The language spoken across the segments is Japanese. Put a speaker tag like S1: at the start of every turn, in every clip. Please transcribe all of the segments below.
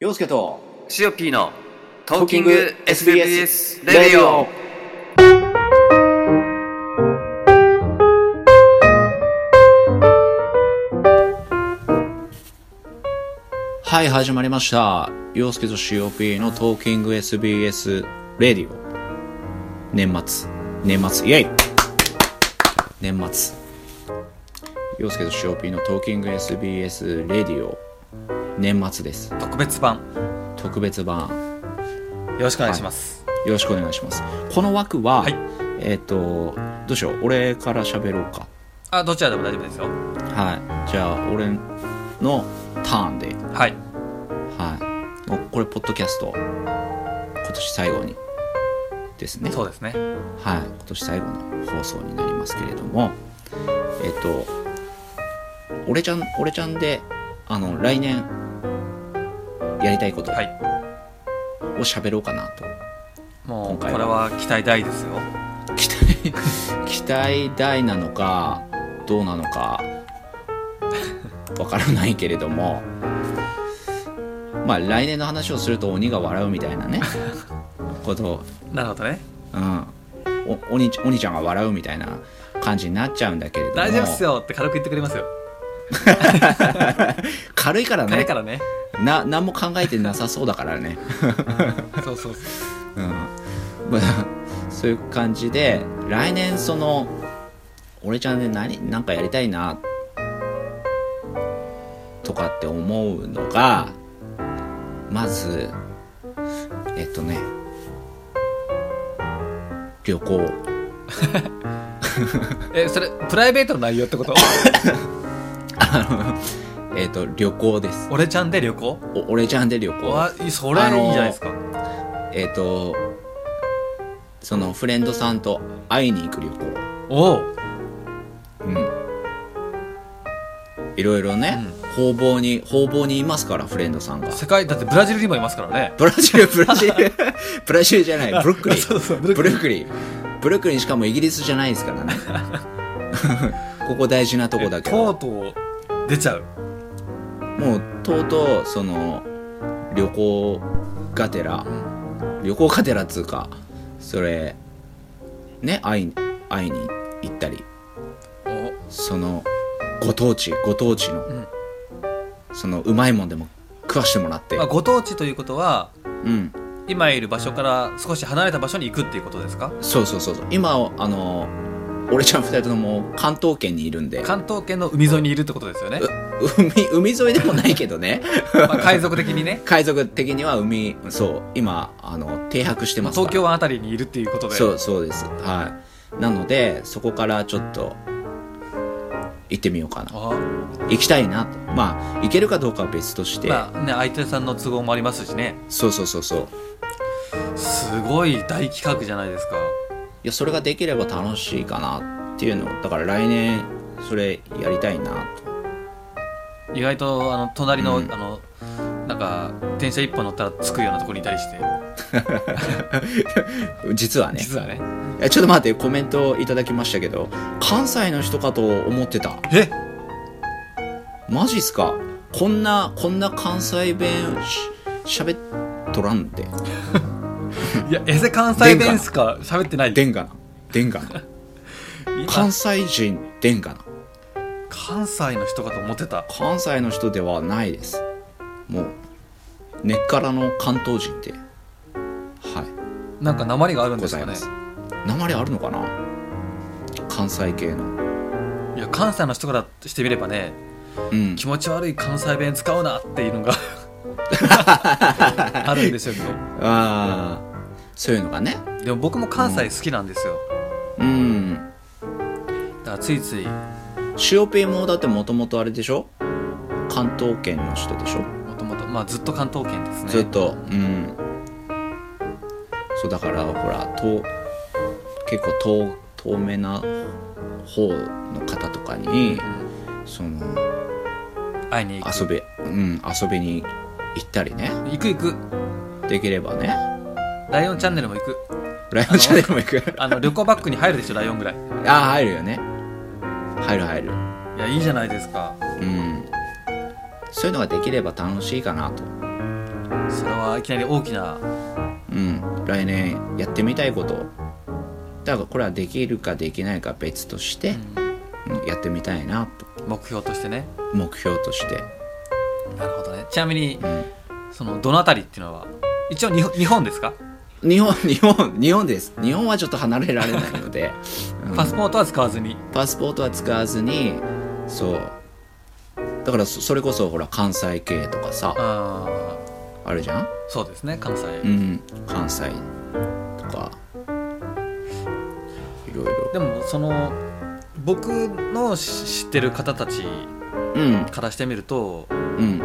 S1: 洋介と
S2: シオピーのト
S1: ーキ
S2: ーキ
S1: ン
S2: ン
S1: グ
S2: グ
S1: SBS
S2: SBS
S1: レ
S2: レ
S1: デ
S2: デ
S1: ィ
S2: ィ
S1: オ
S2: オ。
S1: はい始まりました洋介と COP のトーキング SBS レディオ年末年末イエイ年末洋介と COP のトーキング SBS レディオ年末です
S2: 特別版
S1: 特別版
S2: よろしくお願いします。
S1: よろしくお願いします。この枠は、
S2: はい
S1: えっ、と、どうしよう、俺から喋ろうか。
S2: あ、どちらでも大丈夫ですよ。
S1: はい。じゃあ、俺のターンで、
S2: はい。
S1: はい。もうこれ、ポッドキャスト、今年最後にですね。
S2: そうですね。
S1: はい。今年最後の放送になりますけれども、えっ、と、俺ちゃん、俺ちゃんで、あの、来年、やりたいことを
S2: はい。
S1: 喋ろうかなと。今
S2: もう、
S1: 回
S2: こ
S1: は
S2: れは期待大ですよ。
S1: 期待期待大なのかどうなのかわからないけれどもまあ来年の話をすると鬼が笑うみたいなねこと、
S2: なるほどね。
S1: うん、お鬼ち鬼ちゃんが笑うみたいな感じになっちゃうんだけれども
S2: 大丈夫っすよって軽く言ってくれますよ。
S1: 軽いから
S2: だ
S1: ね
S2: からね。
S1: な何も考えてなさそうだからね、
S2: そうそうそう。
S1: うんまあ、 そういう感じで来年その俺ちゃんで何なんかやりたいなとかって思うのがまずえっとね旅行
S2: え、それ、プライベートの内容ってこと
S1: あのえっと旅行です
S2: 俺ちゃんで旅行
S1: お俺ちゃんで旅行
S2: わ、それいいじゃないですか。
S1: えっとそのフレンドさんと会いに行く旅行
S2: おおう。
S1: うんいろいろね、方々に方々にいますからフレンドさんが
S2: 世界、だってブラジルにもいますからね。
S1: ブラジ ルブラジルブラジルじゃないブルックリン
S2: そうそう、ブ
S1: ブ
S2: ルックリ
S1: ルックリンブルックリンしかもイギリスじゃないですから ねここ大事なとこ
S2: ン
S1: だけ
S2: と
S1: ど
S2: うとう出ちゃう。
S1: もうとうとうその旅行がてら旅行がてらっつうかそれね会いに会いに行ったり
S2: お
S1: そのご当地ご当地の、
S2: ん
S1: そのうまいもんでも食わしてもらって、
S2: まあ、ご当地ということは、
S1: うん
S2: 今いる場所から少し離れた場所に行くっていうことですか
S1: そうそうそうそう今あの俺ちゃん二人とも関東圏にいるんで
S2: 関東圏の海沿いにいるってことですよね、
S1: う海海沿いでもないけどね
S2: まあ、海賊的に ね
S1: 海賊的には海そう今あの停泊してますから
S2: 東京湾あたりにいるっていうことで
S1: そうそうですはいなのでそこからちょっと行ってみようかな
S2: あ
S1: 行きたいなとまあ行けるかどうかは別として、
S2: まあね相手さんの都合もありますしね
S1: そうそうそうそう
S2: すごい大企画じゃないですか
S1: いやそれができれば楽しいかなっていうのをだから来年それやりたいなと
S2: 意外とあの隣の、
S1: うん
S2: あのなんか電車一本乗ったら着くようなところにいたりして
S1: 実はね
S2: 実はね
S1: えちょっと待ってコメントをいただきましたけど関西の人かと思ってた
S2: え
S1: マジっすかこんなこんな関西弁し喋っとらんで
S2: いやエセ関西弁しか喋ってない
S1: でんがなでんがな
S2: 今
S1: 関西人でんがな
S2: 関西の人かと思ってた
S1: 関西の人ではないですもう根っからの関東人ではい
S2: なんか鉛があるん
S1: ご
S2: です
S1: ざい
S2: か
S1: ま
S2: ね
S1: す鉛あるのかな関西系の
S2: いや関西の人からしてみればね
S1: うん
S2: 気持ち悪い関西弁使うなっていう のがあるんですよけど
S1: ああそういうのがね
S2: でも僕も関西好きなんですよ
S1: うん
S2: だからついつい
S1: 塩ペイもだってもともとあれでしょ関東圏の人でしょ、
S2: もともとまあずっと関東圏ですね
S1: ずっとうんそうだからほら遠結構遠遠めな方の方とかに
S2: うん
S1: その
S2: 会いに行く
S1: 遊びうん遊びに行ったりね
S2: 行く行く
S1: できればね
S2: ライオンチャンネルも行く
S1: ライオンチャンネルも行く
S2: あの旅行バッグに入るでしょライオンぐらい
S1: ああ入るよね入る入る
S2: いやいいじゃないですか
S1: うんそういうのができれば楽しいかなと
S2: それはいきなり大きな
S1: うん、来年やってみたいことだからこれはできるかできないか別として、うんやってみたいなと
S2: 目標としてね
S1: 目標として
S2: なるほどねちなみに、そのどのあたりっていうのは一応日本日本ですか、
S1: 日本 日本日本です日本はちょっと離れられないので、うん
S2: パスポートは使わずに
S1: パスポートは使わずにそうだからそそれこそほら関西系とかさ
S2: あ
S1: あるじゃん、
S2: ーそうですね関西、
S1: うん、関西とかいろいろ
S2: でもその僕の知知ってる方たち
S1: うん
S2: からしてみると
S1: うん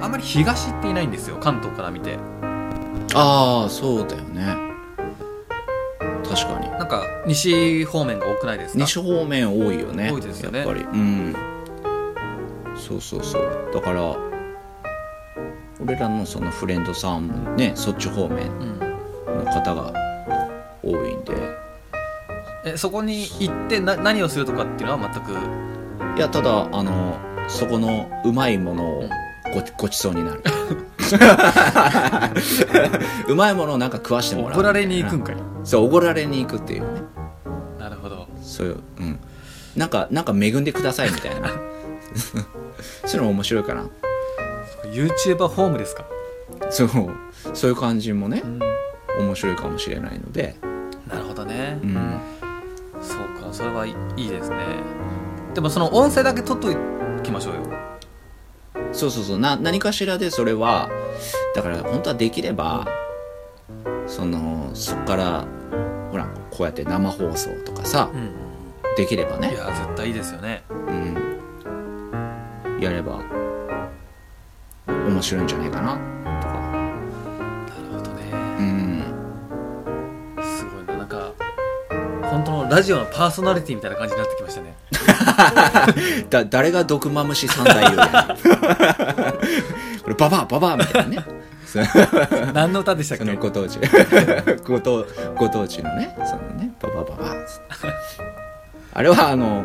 S2: あんまり東っていないんですよ関東から見て
S1: ああそうだよね確かに
S2: なんか西方面が多くないですか
S1: 西方面多いよね
S2: 多いですよね
S1: やっぱりうんそうそうそうだから俺らのそのフレンドさんもねそっち方面
S2: うん、
S1: の方が多いんで
S2: えそこに行ってな何をするとかっていうのは全く
S1: いやただあのそこのうまいもの
S2: うん
S1: をごごちそうになるうまいものをなんか食わしてもらう
S2: 怒られに行くんかい
S1: そうおごられに行くっていうね
S2: なるほど
S1: そういううんなんかなんか恵んでくださいみたいな そういうの面白いかな
S2: YouTuber ホームですか、
S1: そうそういう感じもね面白いかもしれないので、
S2: なるほどね、
S1: うん、
S2: そうかそれはいいいいですねでもその音声だけ取っときましょうよ
S1: そうそうそうな何かしらでそれはだから本当はできればそのそっからほらこうやって生放送とかさ
S2: うん
S1: できれば
S2: い
S1: ね、
S2: や絶対いいですよね
S1: うん、やれば面白いんじゃないかなとか、
S2: なるほどね
S1: うん、
S2: すごいななんか本当のラジオのパーソナリティみたいな感じになってきました
S1: だ
S2: ね
S1: 誰が毒マムシ三大言うやんこれババアババアみたいなねそう
S2: 何の歌でしたっ
S1: そ
S2: け
S1: のご 当地ご当ご当地のねそのねババババーっつって あれはあの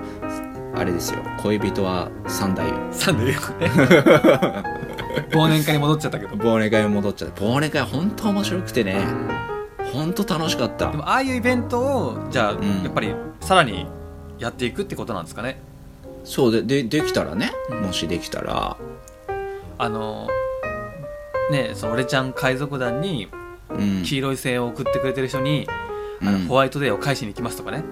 S1: あれですよ恋人は三代よ
S2: サンデーね忘年会に戻っちゃったけど
S1: 忘年会戻っちゃって忘年会本当面白くてね本当楽しかった
S2: でもああいうイベントをじゃあ、
S1: ん
S2: やっぱりさらにやっていくってことなんですかね
S1: そうででできたらね
S2: うん
S1: もしできたら
S2: あのねその俺ちゃん海賊団に
S1: うん
S2: 黄色い声援を送ってくれてる人に、
S1: う
S2: あの
S1: ん
S2: ホワイトデーを返しに行きますとかね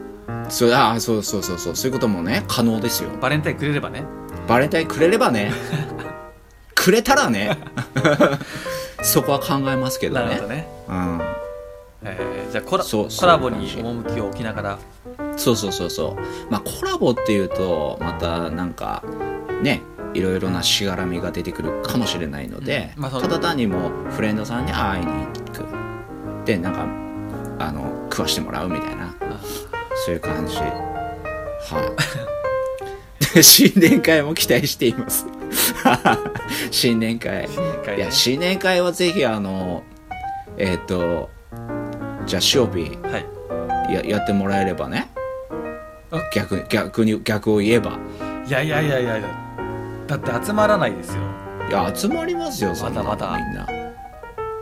S1: そうあーそうそうそうそうそういうこともね可能ですよ
S2: バレンタインくれればね
S1: バレンタインくれれば ねくれたらね そこは考えますけど
S2: なる
S1: ね
S2: ほどね、
S1: うん
S2: えーじゃあコラ
S1: そうそう
S2: コラボに
S1: そう
S2: 趣を置きながら
S1: そうそうそうそうまあコラボっていうとまたなんかねいろいろなしがらみが出てくるかもしれないので、
S2: うんまあそう
S1: ただ単にもうフレンドさんに会いに行くでなんかあの食わしてもらうみたいな
S2: あ
S1: そういう感じはいで 新年会も期待しています 新年会
S2: 新年会
S1: い
S2: ね
S1: や新年会はぜひあのえっ、とじゃあシオピー
S2: はい
S1: ややってもらえればね
S2: あ
S1: 逆逆に逆を言えば
S2: いやいやいやいやいやだって集まらないですよ
S1: いや集まりますよそんなの
S2: まだまだ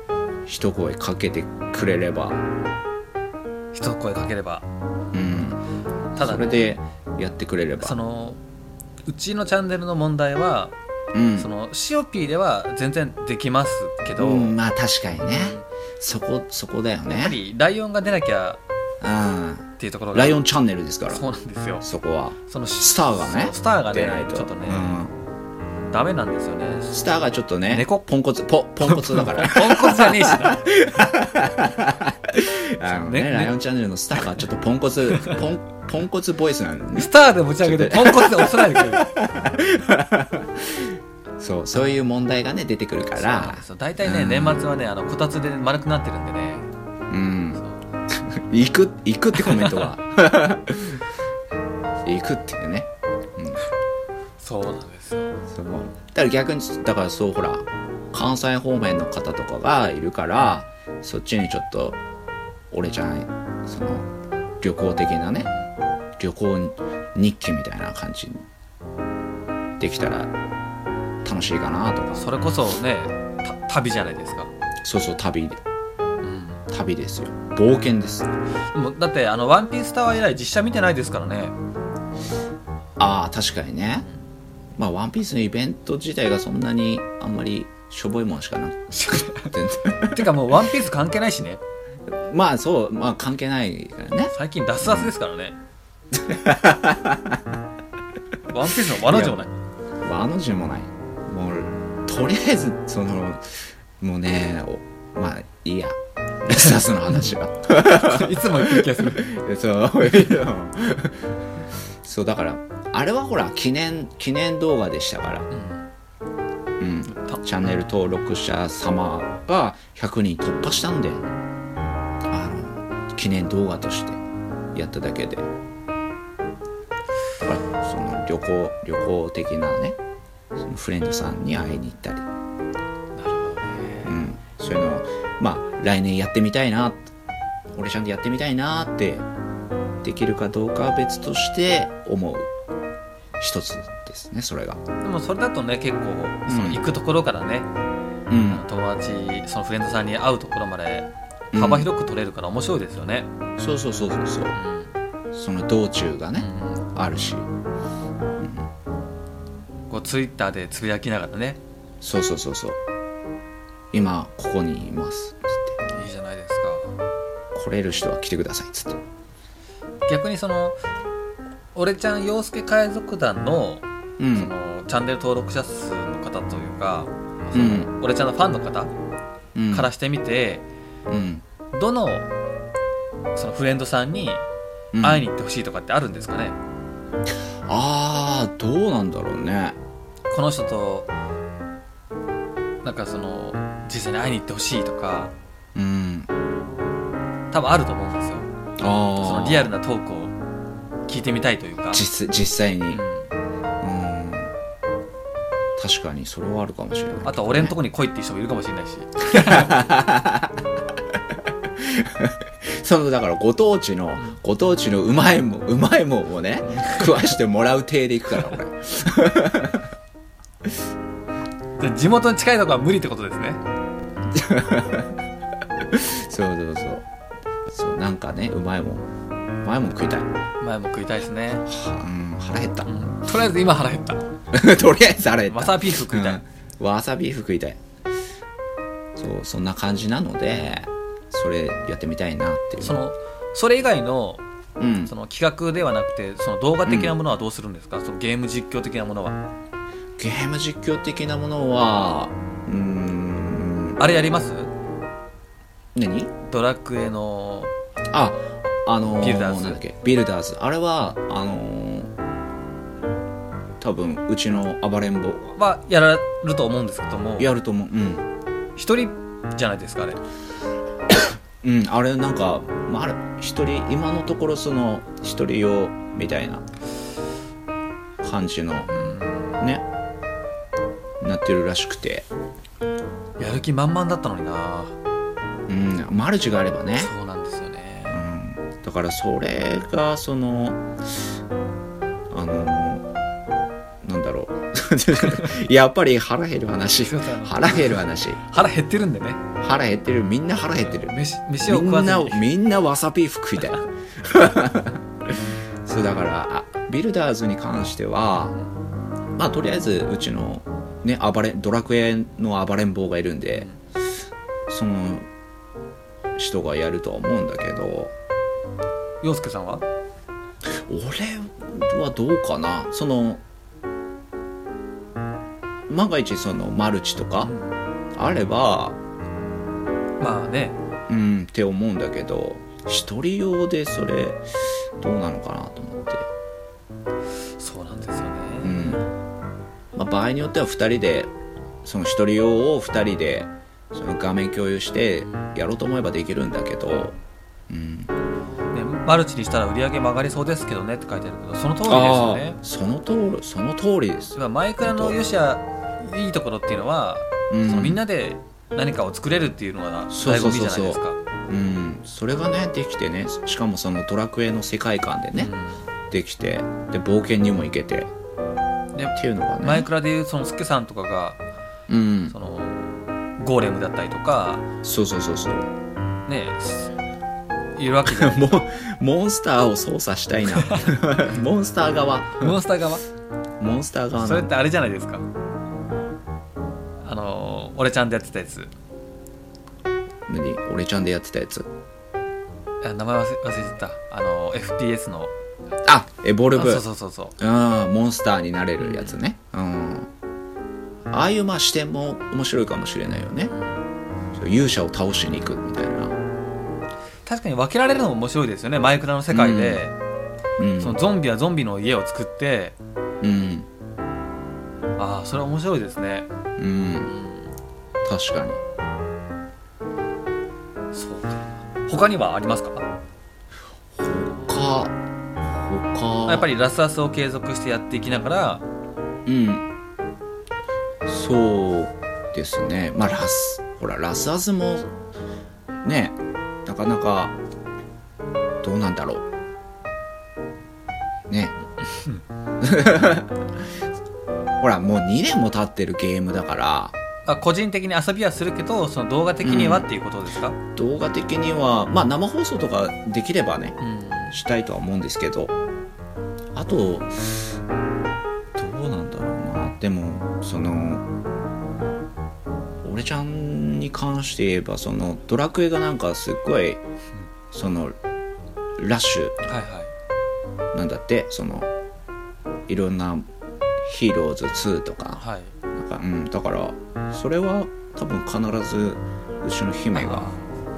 S1: みんな一声かけてくれれば
S2: 一声かければ
S1: うん
S2: ただ
S1: それでやってくれれば
S2: そのうちのチャンネルの問題は、
S1: うん
S2: そのシオピーでは全然できますけど、
S1: うん
S2: や
S1: まあ
S2: っ
S1: 確かにねそこそこだよね
S2: ぱりライオンが出なきゃ
S1: うん
S2: っていうところが
S1: ライオンチャンネルですから
S2: そうなんですよ
S1: そこは
S2: その
S1: ス
S2: ス
S1: ターがね
S2: スターが
S1: 出
S2: ね
S1: ないと
S2: ちょっとね、
S1: うん
S2: ダメなんですよね
S1: スターがちょっとね
S2: 猫
S1: ポンコツポポンコツだ から
S2: ポンコツじゃねえしな
S1: あの
S2: ね
S1: ね
S2: ね
S1: ライオンチャンネルのスターがちょっとポンコツポンポンコツボイスなんでね
S2: スターで持ち上げてポンコツで押さないでくれる
S1: そうそういう問題がね出てくるか
S2: そうなん
S1: ら
S2: ですよ大体ね、
S1: うん
S2: 年末はねあのこたつで丸くなってるんでね
S1: うん
S2: そう
S1: 行く行くってコメントは 行くっていうね、うん、
S2: そうなんですよ
S1: そうだから逆にだからそうほら関西方面の方とかがいるからそっちにちょっと俺ちゃんその旅行的なね旅行日記みたいな感じにできたら楽しいかなとか
S2: それこそねた旅じゃないですか
S1: そうそう、旅で。
S2: うん
S1: 旅ですよ。冒険です。
S2: でもだってあの「ワンピースタワー以来実写見てないですからね
S1: ああ、確かにね。まあ、ワンピースのイベント自体がそんなにあんまりしょぼいもんしかなくて。
S2: てかもう「ワンピース関係ないしね
S1: まあ、そう、まあ関係ないからね。
S2: 最近ラスラスですからねワンピースの罠でもない
S1: あの字もない。もう、とりあえず、その、もうね、おまあ、いいや。レスラスの話は。
S2: いつも言ってる気が する
S1: そう、そう、だから、あれはほら、記念、記念動画でしたから。うん。
S2: た
S1: チャンネル登録者様が100人突破したんで、あの、記念動画としてやっただけで。だから、その旅行、旅行的なね、そのフレンドさんに会いに行ったり、うん、そういうのを、まあ、来年やってみたいな、俺ちゃんとやってみたいなって、できるかどうかは別として思う一つですね、それが。
S2: でもそれだとね結構その
S1: うん
S2: 行くところからね、
S1: うん。
S2: 友達そのフレンドさんに会うところまで幅広く取れるから面白いですよね、
S1: そうそうそうそうそう。
S2: うん
S1: その道中がね、
S2: うん
S1: あるし。
S2: こうツイッターでつぶやきながらね
S1: そうそうそうそう今ここにいますつっ
S2: いいじゃないです
S1: て来れる人は来てくださいつって
S2: か逆にその俺ちゃん洋介海賊団の
S1: う
S2: そ
S1: ん
S2: のチャンネル登録者数の方というか、
S1: う
S2: そ
S1: ん
S2: の俺ちゃんのファンの方
S1: うん
S2: からしてみて、
S1: うん
S2: どのそのフレンドさんに
S1: うん
S2: 会いに行ってほしいとかってあるんですかね、
S1: ああどうなんだろうね
S2: この人となんかその実際に会いに行ってほしいとか
S1: うん
S2: 多分あると思うんですよ
S1: あ
S2: そ
S1: あ
S2: のリアルなトークを聞いてみたいというか、
S1: 実実際にう
S2: う
S1: んん確かにそれはあるかもしれない
S2: あとは俺のとこに来いっていう人もいるかもしれないし
S1: そのだからご当地のご当地のうまいもんうまいもんをね食わしてもらう体でいくから俺
S2: で地元に近いところは無理ってことですね
S1: そうそうそうそうなんかねうまいもんうまいもん食いたい、は
S2: 前も食いたいですね、
S1: うん、腹減った
S2: うん、とりあえず今腹減った
S1: とりあえずあれ
S2: マサピース食いたい、
S1: うん、わさビーフ食いたいそうそんな感じなのでそれやってみたいなっていう
S2: そのそれ以外の
S1: うん
S2: その企画ではなくてその動画的なものはどうするんですか、そのゲーム実況的なものは
S1: ゲーム実況的なものはうーん
S2: あれやります
S1: 何
S2: ドラクエの
S1: ああの
S2: ビルダーズ
S1: なんだっけビルダーズあれはあのー多分うちの暴れん坊が
S2: はやられると思うんですけども
S1: やると思ううん
S2: 一人じゃないですかあれ
S1: うんあれなんか、まあ、あれ一人今のところその一人用みたいな感じのねなってるらしくて
S2: やる気満々だったのにな
S1: うんマルチがあればね、
S2: そうなんですよね
S1: うん、だからそれがそのあのなんだろう やっぱり腹減る話
S2: そうだな
S1: 腹減る話
S2: 腹減ってるんでね
S1: 腹減ってるみんな腹減ってる
S2: 飯飯を
S1: みん
S2: 食わず
S1: な
S2: に
S1: みんなわ さビーフ食いたいそうだからあビルダーズに関してはまあとりあえずうちのね暴れドラクエの暴れん坊がいるんでその人がやるとは思うんだけど
S2: 洋介さんは
S1: 俺はどうかなその万が一そのマルチとかあれば
S2: まあね
S1: うんって思うんだけど一人用でそれどうなのかなと思って、
S2: そうなんですよね、
S1: うんまあ、場合によっては2人でその一人用を2人でその画面共有してやろうと思えばできるんだけど、うん、
S2: ねマルチにしたら売り上げも上がりそうですけどねって書いてあるけどその通りです
S1: あ
S2: よ
S1: あ
S2: ね
S1: ーその通りその通りです、
S2: まあマイクラのよしやいいところっていうのは、
S1: うん
S2: そのみんなで何かを作れるっていうのが
S1: そう
S2: 醍
S1: そう
S2: 醐味じ
S1: そうそ
S2: ゃないうですか
S1: うん、それがねできてねしかもそのドラクエの世界観でね、できてで冒険にも行けて
S2: うんで
S1: っていうのがね
S2: マイクラでいうそのスケさんとかが
S1: うん
S2: そのゴーレムだったりとか
S1: そうそうそうそう
S2: ねすいるわけじゃ ない
S1: もう モンスターを操作したい なモンスター側
S2: モンスター側
S1: モンスター側
S2: それ
S1: な
S2: っ
S1: の
S2: てあれじゃないですかあの俺ちゃんでやってたやつ
S1: 何俺ちゃんでやってたやつ
S2: あ名前忘れ忘れてたあの FPS の
S1: あエボル
S2: あ
S1: ブ
S2: そうそうそうそう
S1: あモンスターになれるやつねうんああいうまあ視点も面白いかもしれないよねそう勇者を倒しに行くみたいな
S2: 確かに分けられるのも面白いですよねマイクラの世界で、
S1: うん
S2: そのゾンビはゾンビの家を作って
S1: うん
S2: ああそれは面白いですね
S1: うん確かに
S2: そうか他にはありますか
S1: か他
S2: やっぱりラスアスを継続してやっていきながら
S1: うんそうですねまあラスほらラスアズもねなかなかどうなんだろうね ほらもう2年も経ってるゲームだから
S2: あ個人的に遊びはするけどその動画的にはっていうことですか、うん
S1: 動画的にはまあ生放送とかできればねしたいとは思うんですけどあとどうなんだろうなでもその俺ちゃんに関して言えばそのドラクエがなんかすっごいそのラッシュ
S2: はいはい
S1: なんだってそのいろんな「ヒーローズ2」とか
S2: はい
S1: なんか、うん、だからそれは多分必ずうちの姫が、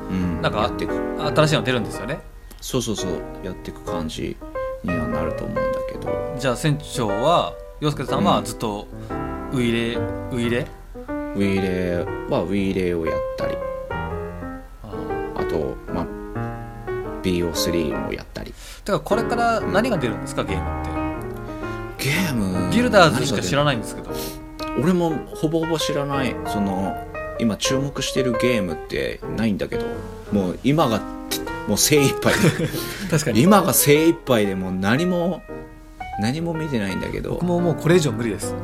S1: うん、
S2: なんか
S1: やっていく
S2: 新しいの出るんですよね
S1: そうそうそうやっていく感じにはなると思うんだけど。
S2: じゃあ船長は洋介さんはずっとウイイレウイイレ
S1: ウィーレーはウィーレーをやったり
S2: あー
S1: あと、まあ、BO3 もやったり
S2: てかこれから何が出るんですかゲームって
S1: ゲーム
S2: ギルダーズしか知ら
S1: ない
S2: ないんですけど
S1: 俺もほぼほぼ知らないその今注目してるゲームってないんだけどもう今がもう精一 杯
S2: 確か
S1: 今が精一杯でもう何も何も見てないんだけど
S2: 僕、ももうこれ以上無理です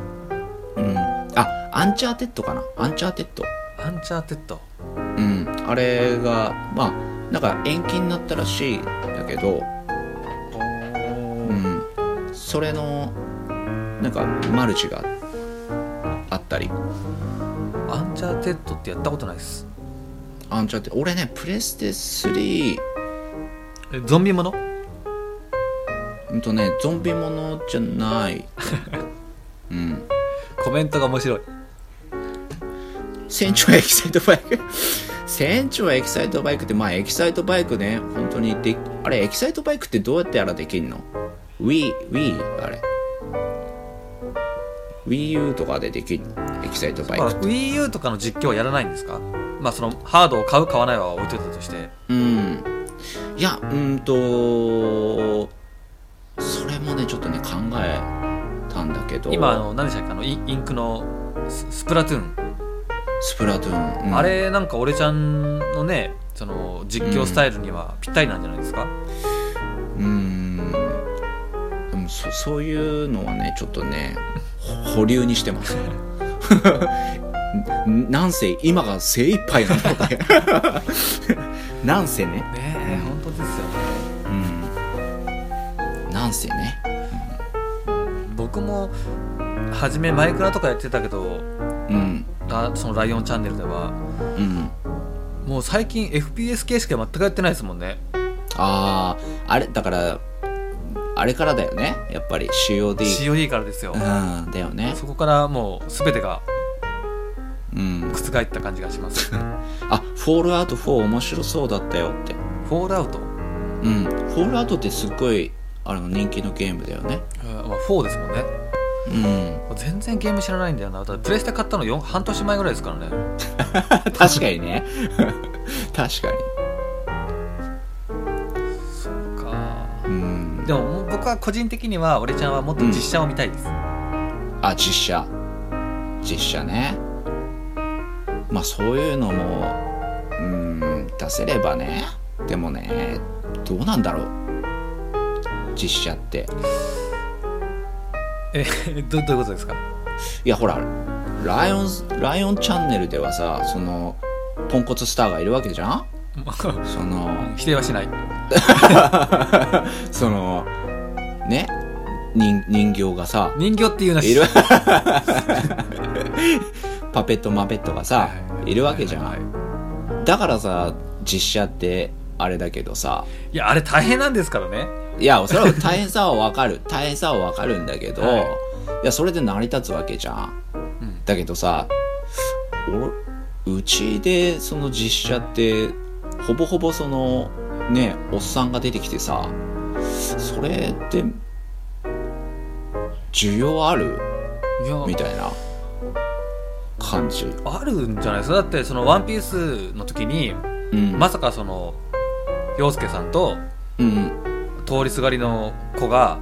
S1: うん、あアンチャーテッドかなアンチャーテッド
S2: アンチャーテッド
S1: うん、あれがまあなんか延期になったらしいんだけど、うん、それのなんかマルチがあったり
S2: アンチャーテッドってやったことないです
S1: あんちゃって俺ねプレステ3
S2: えゾンビもの
S1: うんとねゾンビものじゃない、うん、
S2: コメントが面白い
S1: 船長エキサイトバイク船長エキサイトバイクってまあエキサイトバイクね本当にであれエキサイトバイクってどうやってやらできんの ?WeWe あれ WeU とかでできんのエキサイトバイ
S2: まあ
S1: ク
S2: WiiU とかの実況はやらないんですかまあそのハードを買う買わないは置いといたとして
S1: うんいやうんとそれもねちょっとね考えたんだけど
S2: 今あの何でしたっけあのインインクのススプラトゥーン、
S1: スプラトゥーン、うん
S2: あれなんか俺ちゃんのねその実況スタイルにはぴったりなんじゃないですか、
S1: うーんでもそそういうのはねちょっとねほ保留にしてます んなんせ今が精一杯なの でなんせね、
S2: ねえ本当ですよね
S1: うん、なんせね
S2: 僕も初めマイクラとかやってたけど
S1: うん
S2: ラそのライオンチャンネルでは
S1: うん
S2: もう最近 FPS 系しか全くやってないですもんね
S1: あああれだからあれからだよねやっぱり COD
S2: COD からですよ、
S1: うんだよね
S2: そこからもう全てが
S1: うん
S2: 覆った感じがします
S1: あフォールアウト4面白そうだったよって
S2: フォールアウト、
S1: うんフォールアウトってすっごいあの人気のゲームだよね
S2: うんまあ、4ですもんね
S1: うん、
S2: 全然ゲーム知らないんだよなだってプレステ買ったのよん半年前ぐらいですからね
S1: 確かにね 確か
S2: そうか
S1: にうん
S2: でももう僕は個人的には俺ちゃんはもっと実写を見たいです、
S1: あ実写実写ねまあそういうのもうん出せればねでもねどうなんだろう実写って
S2: えどどういうことですか
S1: いやほらライオンズライオンチャンネルではさそのポンコツスターがいるわけじゃん
S2: まあ
S1: その
S2: 否定はしない
S1: そのね人人形がさ
S2: 人形っていうのはい
S1: るパペットマペットがさ、
S2: はいは
S1: るわけじゃん、
S2: はいはい
S1: だからさ実写ってあれだけどさ
S2: いやあれ大変なんですからね
S1: いやそれは大変さはわかる 大変さはわかるんだけど、
S2: はい
S1: い、やそれで成り立つわけじゃん、
S2: うん
S1: だけどさ俺うちでその実写ってほぼほぼそのねおっさんが出てきてさそれって需要ある
S2: いや
S1: みたいな感じ
S2: あるんじゃないですかだってその「ワンピースの時に
S1: うん
S2: まさかその洋介さんと
S1: うん
S2: 通りすがりの子が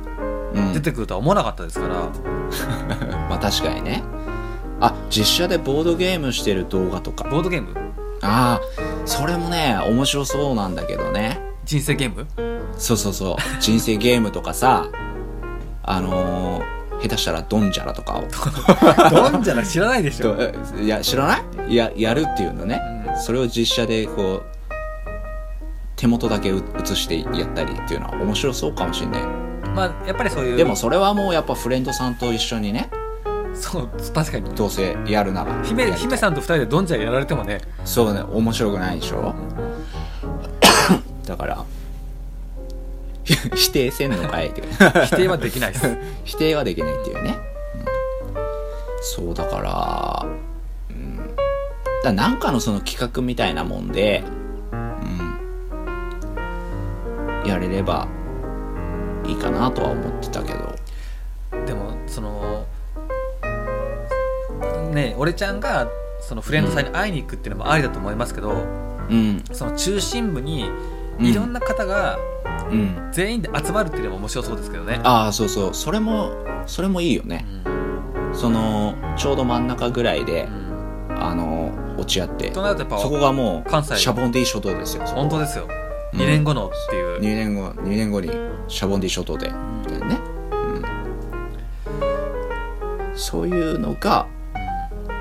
S1: うん
S2: 出てくるとは思わなかったですから、
S1: まあ確かにねあ実写でボードゲームしてる動画とか
S2: ボードゲーム
S1: ああそれもね面白そうなんだけどね
S2: 人生ゲーム
S1: そうそうそう人生ゲームとかさ あのー下手したらドンジャラとかを
S2: どんじゃなく知らないでしょ
S1: とえいや知らないいややるっていうのね、
S2: うん
S1: それを実写でこう手元だけう映してやったりっていうのは面白そうかもしんない
S2: まあやっぱりそういう
S1: でもそれはもうやっぱフレンドさんと一緒にね
S2: そう確かに
S1: どうせやるなら
S2: 姫
S1: やりたい
S2: 姫さんと二人でどんじゃやられても ね
S1: そうね面白くないでしょ だからひ 否定せんのかいっていう
S2: 否定はできないです
S1: 否定はできないっていうね、うんそうだからうんだからなんかのその企画みたいなもんで、うん、やれればいいかなとは思ってたけど
S2: でもそのね俺ちゃんがそのフレンドさんに会いに行くっていうのもありだと思いますけど、
S1: うん
S2: その中心部に
S1: うん
S2: いろんな方が
S1: うん
S2: 全員で集まるっていうのも面白そうですけどね、
S1: ああそうそうそれもそれもいいよね
S2: うん
S1: そのちょうど真ん中ぐらいで、
S2: うん
S1: あの落ち合って
S2: と
S1: そ
S2: なるとやっぱ
S1: こがも
S2: 関西
S1: うシャボンディ諸島ですよ
S2: 本当ですよ、2年後のっていう
S1: 2年後2年後にシャボンディ諸島でみたいなね、うん、そういうのが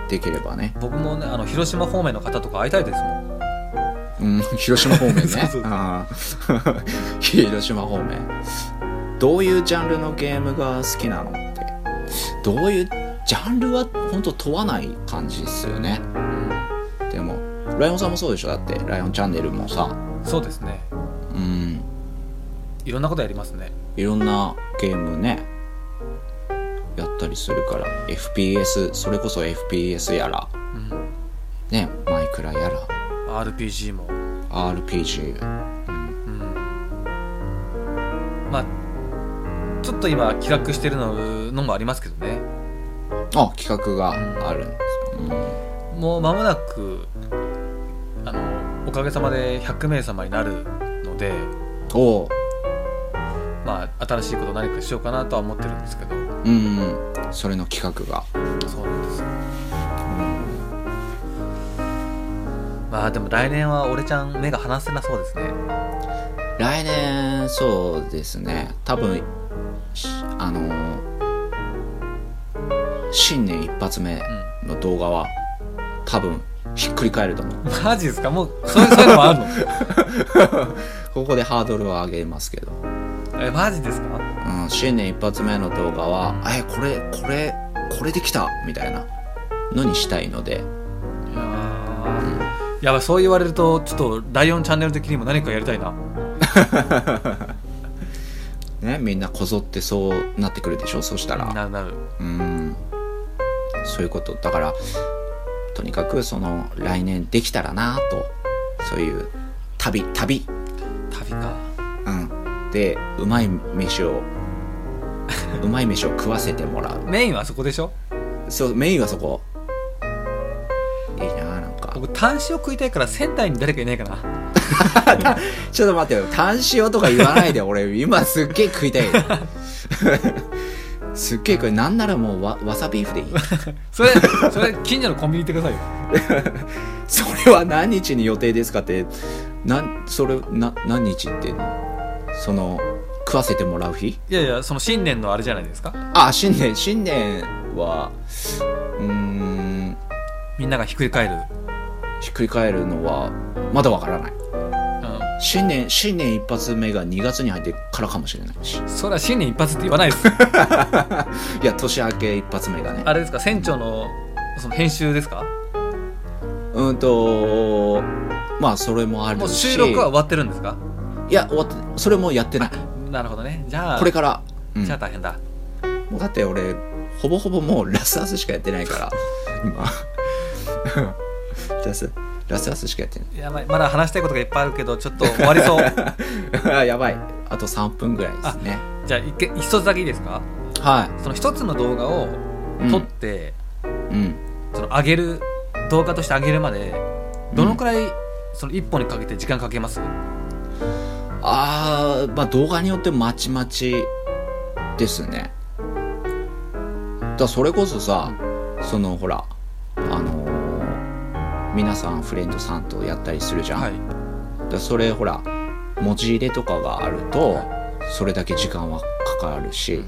S1: できればね、
S2: 僕もねあの広島方面の方とか会いたいですもん
S1: うん、 広島方面ね
S2: そうそう
S1: あー 広島方面どういうジャンルのゲームが好きなのってどういうジャンルは本当問わない感じですよねでもライオンさんもそうでしょだってライオンチャンネルもさ
S2: そうですね
S1: うん
S2: いろんなことやりますね
S1: いろんなゲームねやったりするから FPS それこそ FPS やら
S2: うん
S1: ねマイクラやら
S2: RPG も
S1: RPG
S2: うんまあちょっと今企画してるののもありますけどね
S1: あ企画があるんですよ、
S2: もう間もなくあのおかげさまで100名様になるので
S1: うん、おう
S2: まあ新しいこと何かしようかなとは思ってるんですけど
S1: うんうんそれの企画が
S2: そうなんですよまあでも来年は俺ちゃん目が離せなそうですね
S1: 来年そうですね多分しあのー新年一発目の動画は多分ひっくり返ると思う
S2: マジですかもうそういうそういうのもあるの
S1: ここでハードルを上げますけど
S2: えマジですか
S1: うん、新年一発目の動画は「えこれこれこれできた」みたいなのにしたいので
S2: いやーやばいそう言われるとちょっとライオンチャンネル的にも何かやりたいな
S1: ねみんなこぞってそうなってくるでしょそしたら
S2: なるなる
S1: うんそういうことだからとにかくその来年できたらなとそういう旅旅
S2: 旅か
S1: うんでうまい飯を うまい飯を食わせてもらう
S2: メインはあそこでしょ
S1: そうメインはそこいいななんか
S2: 僕単子を食いたいから仙台に誰かいないかな
S1: ちょっと待ってよ。単塩とか言わないで、俺、今すっげえ食いたい。 すっげえ食い、なんならもうわ、わさビーフでいい。
S2: そ れそれ近所のコンビニ行ってくださいよ
S1: それは何日に予定ですかって、なん、それ、な、何日って、その、食わせてもらう日
S2: いやいやその新年のあれじゃないですか
S1: あ、新年、新年は、うーん、
S2: みんながひっくり返る
S1: ひっくり返るのはまだわからない
S2: うん
S1: 新年新年一発目が2月に入ってからかもしれないし
S2: そりゃ新年一発って言わないです
S1: いや年明け一発目がね
S2: あれですか船長のその編集ですか
S1: うんとまあそれもあ
S2: も
S1: る
S2: う
S1: し
S2: 収録は終わってるんですか
S1: いや終わってそれもやってない
S2: なるほどねじゃあ
S1: これから、うん
S2: じゃあ大変だ
S1: もうだって俺ほぼほぼもうラスアスしかやってないから 今ラスラスアスしかやって
S2: やばいまだ話したいことがいっぱいあるけどちょっと終わりそう
S1: ないあ やばいあと3分ぐらいですね
S2: じゃあ一け一つだけいいですか
S1: は
S2: その一つの動画を
S1: い、うん
S2: 撮って、
S1: うん
S2: その上げる動画として上げるまでどのくらいその一本にかけて時間かけます、
S1: あーまあ動画によってまちまちですねだからそれこそさそのほらあのー皆さんフレンドさんとやったりするじゃん、
S2: はい
S1: だからそれほら文字入れとかがあるとそれだけ時間はかかるし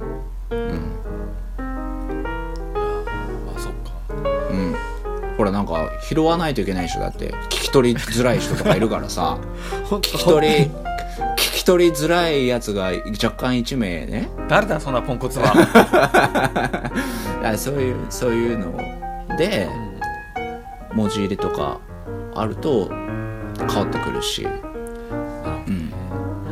S1: うん、
S2: まあそっか
S1: うん、ほらなんか拾わないといけない人だって聞き取りづらい人とかいるから さ
S2: 本
S1: 聞き取り聞き取りづらいやつが若干1名ね
S2: 誰だそんなポンコツ は、
S1: あそういうそういうので
S2: うん
S1: 文字入れとかあると変わってくるし、うん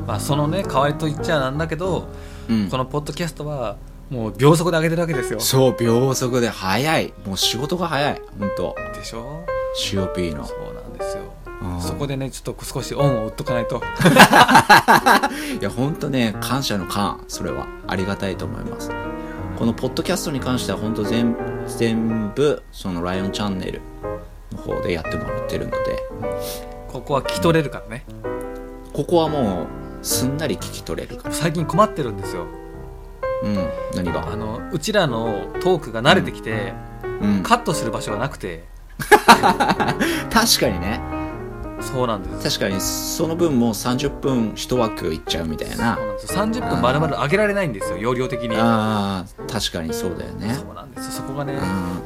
S2: まあ、そのね代わりと言っちゃなんだけど、
S1: うん、
S2: このポッドキャストはもう秒速で上げてるわけですよ
S1: そう秒速で早いもう仕事が早い本当
S2: でしょ
S1: COP の
S2: そうなんですよ
S1: うん
S2: そこでねちょっと少し恩を売っとかないと
S1: いや、本当ね、感謝の感、それはありがたいと思います。このポッドキャストに関しては、本当全全部、そのライオンチャンネルの方でやってもらってるので、
S2: ここは聞き取れるからね
S1: ここはもう、すんなり聞き取れるから。
S2: 最近困ってるんですよ
S1: うん、何
S2: あ
S1: が。
S2: のうちらのトークが慣れてきて、
S1: うん、
S2: カットする場所がなくて
S1: 確かにね、
S2: そうなんです
S1: 確かに、その分もう30分一枠いっちゃうみたいな
S2: そう。なんですよ30分まるまる上げられないんですよ容量的に
S1: ああ、確かにそうだよね。
S2: そうなんですよそこがね、
S1: うん。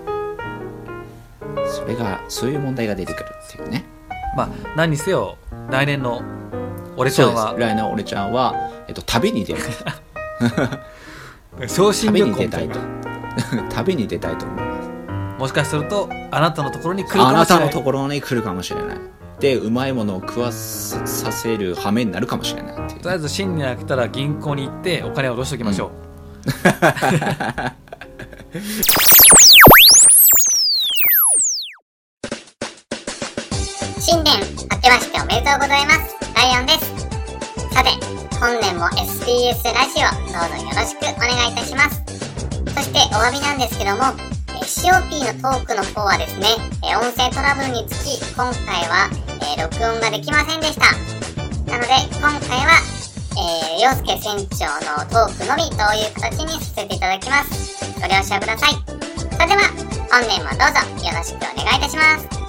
S1: それが、そういう問題が出てくるっていうね。
S2: まあ何にせよ来年の俺ち
S1: そ
S2: ゃ
S1: うんです。
S2: は
S1: 来年俺ちゃんは、えっと、旅に出 る。
S2: 昇進
S1: 旅
S2: 旅
S1: に
S2: 行
S1: 出
S2: み
S1: た
S2: た
S1: い
S2: い
S1: と
S2: な
S1: 旅に出たいと思います
S2: もしかするとあなたのところに来る
S1: あ
S2: かも
S1: な
S2: しれ
S1: た
S2: な
S1: の
S2: い
S1: ところに来るかもしれないでうまいものを食わささせる羽目になるかもしれないっていう
S2: とりあえず新年明けたら銀行に行ってお金を下ろしておきましょう、
S3: 新年明けましておめでとうございますライオンですさて本年も SBS ラジオどうぞよろしくお願いいたしますそしてお詫びなんですけどもえー COP のトークの方はですねえー音声トラブルにつき今回は、えー録音ができませんでしたなので今回はえー、陽介船長のトークのみという形にさせていただきますご了承くださいそれでは本年もどうぞよろしくお願いいたします